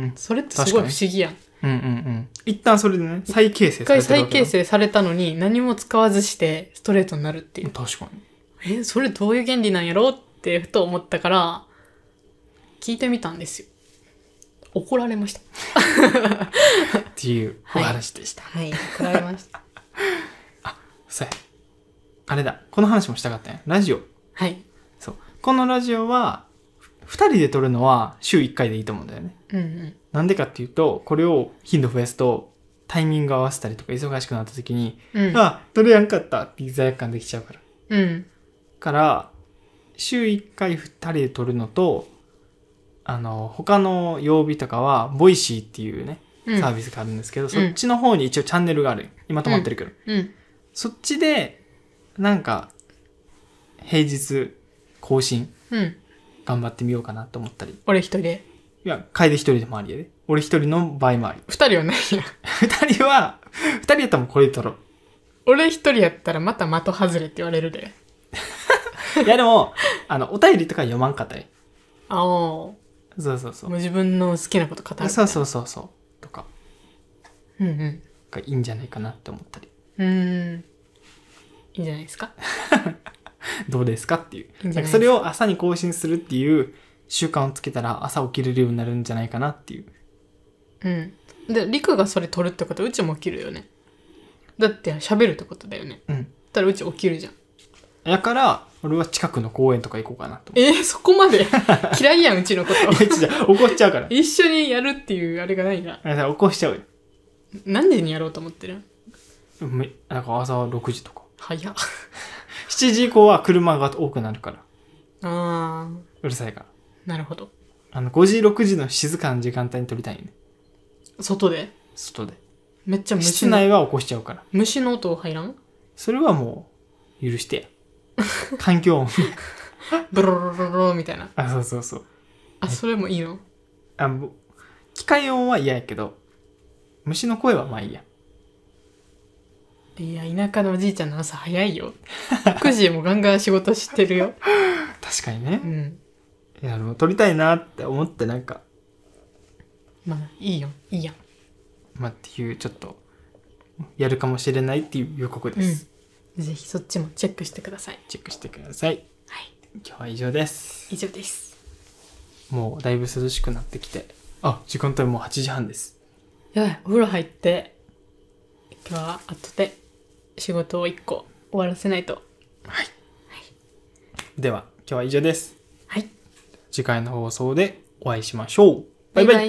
S1: ん
S2: それってすごい不思議やん
S1: うんうんうん一旦それでね再形成
S2: 一
S1: されて
S2: 回
S1: る
S2: 再
S1: わけだ
S2: 形成されたのに何も使わずしてストレートになるっていう。
S1: 確かに
S2: え、それどういう原理なんやろってふと思ったから、聞いてみたんですよ。怒られました。
S1: っていうお話でした、
S2: はい、怒られました。
S1: そうやあれだこの話もしたかったんやラジオ
S2: はい。
S1: そうこのラジオは2人で撮るのは週1回でいいと思うんだよね
S2: うんうん。
S1: なんでかっていうとこれを頻度増やすとタイミング合わせたりとか忙しくなった時に、
S2: うん。
S1: あ撮れやんかったっていう罪悪感できちゃうから
S2: うん。
S1: から週1回2人で撮るのとあの他の曜日とかはボイシーっていうね
S2: うん。
S1: サービスがあるんですけど、そっちの方に一応チャンネルがある今止まってるけど、
S2: うん。
S1: そっちでなんか平日更新
S2: うん。
S1: 頑張ってみようかなと思ったり
S2: 俺一人で。
S1: いや、楓一人でもありやで。俺一人の場合もあり。
S2: 二人はないや。
S1: 二人は、二人やったらもうこれだろ。
S2: 俺一人やったらまた的外れって言われるで。
S1: いや、でも、あの、お便りとか読まんかったり。
S2: ああ。も
S1: そうそうそう
S2: う。自分の好きなこと語る。
S1: そうそうそうそう。とか、
S2: うんうん。
S1: がいいんじゃないかなって思ったり。
S2: うーん。いいんじゃないですか。
S1: どうですかっていう。
S2: いいんじ
S1: な
S2: ゃない
S1: んかそれを朝に更新するっていう習慣をつけたら朝起きれるようになるんじゃないかなっていう。
S2: うん。で、りくがそれ取るってことはうちも起きるよね。だって喋るってことだよね。
S1: うん。
S2: だったらうち起きるじゃん。
S1: だから、俺は近くの公園とか行こうかなと思
S2: えー、そこまで嫌いやん、うちのこ
S1: って。
S2: と。
S1: いや、ちょっと怒っちゃうから。
S2: 一緒にやるっていうあれがないな。
S1: あ起こしちゃうよ。
S2: 何時にやろうと思ってる
S1: めなんか朝6時とか。
S2: 早っ。
S1: 7時以降は車が多くなるから。
S2: あー、
S1: うるさいから。
S2: なるほど。
S1: あの、5時、6時の静かな時間帯に撮りたいよね。
S2: 外で
S1: 外で。
S2: めっちゃ虫
S1: 室
S2: の、
S1: 内は起こしちゃうから。
S2: 虫の音入らん
S1: それはもう、許して。 環境音。
S2: ブロロロロロみたいな。
S1: あ、そうそうそう。
S2: あ、それもいいの
S1: あ、もう機械音は嫌やけど、虫の声はまあいいや。
S2: いや、田舎のおじいちゃんの朝早いよ。9時もガンガン仕事してるよ。
S1: 確かにね
S2: う。ん。
S1: いや、でも撮りたいなって思って、なんか、
S2: まあ、いいよ。いいやん。
S1: まあっていう、ちょっと、やるかもしれないっていう予告です。
S2: うん、ぜひそっちもチェックしてください。
S1: チェックしてください。
S2: はい、
S1: 今日は以上です。
S2: 以上です。
S1: もうだいぶ涼しくなってきて。あ、時間帯もう8時半です。
S2: やばい、お風呂入って、今日は後で仕事を一個終わらせないと。
S1: では、今日は以上です。
S2: はい、
S1: 次回の放送で
S3: お会いしましょう。バイバイ。
S1: バイバイ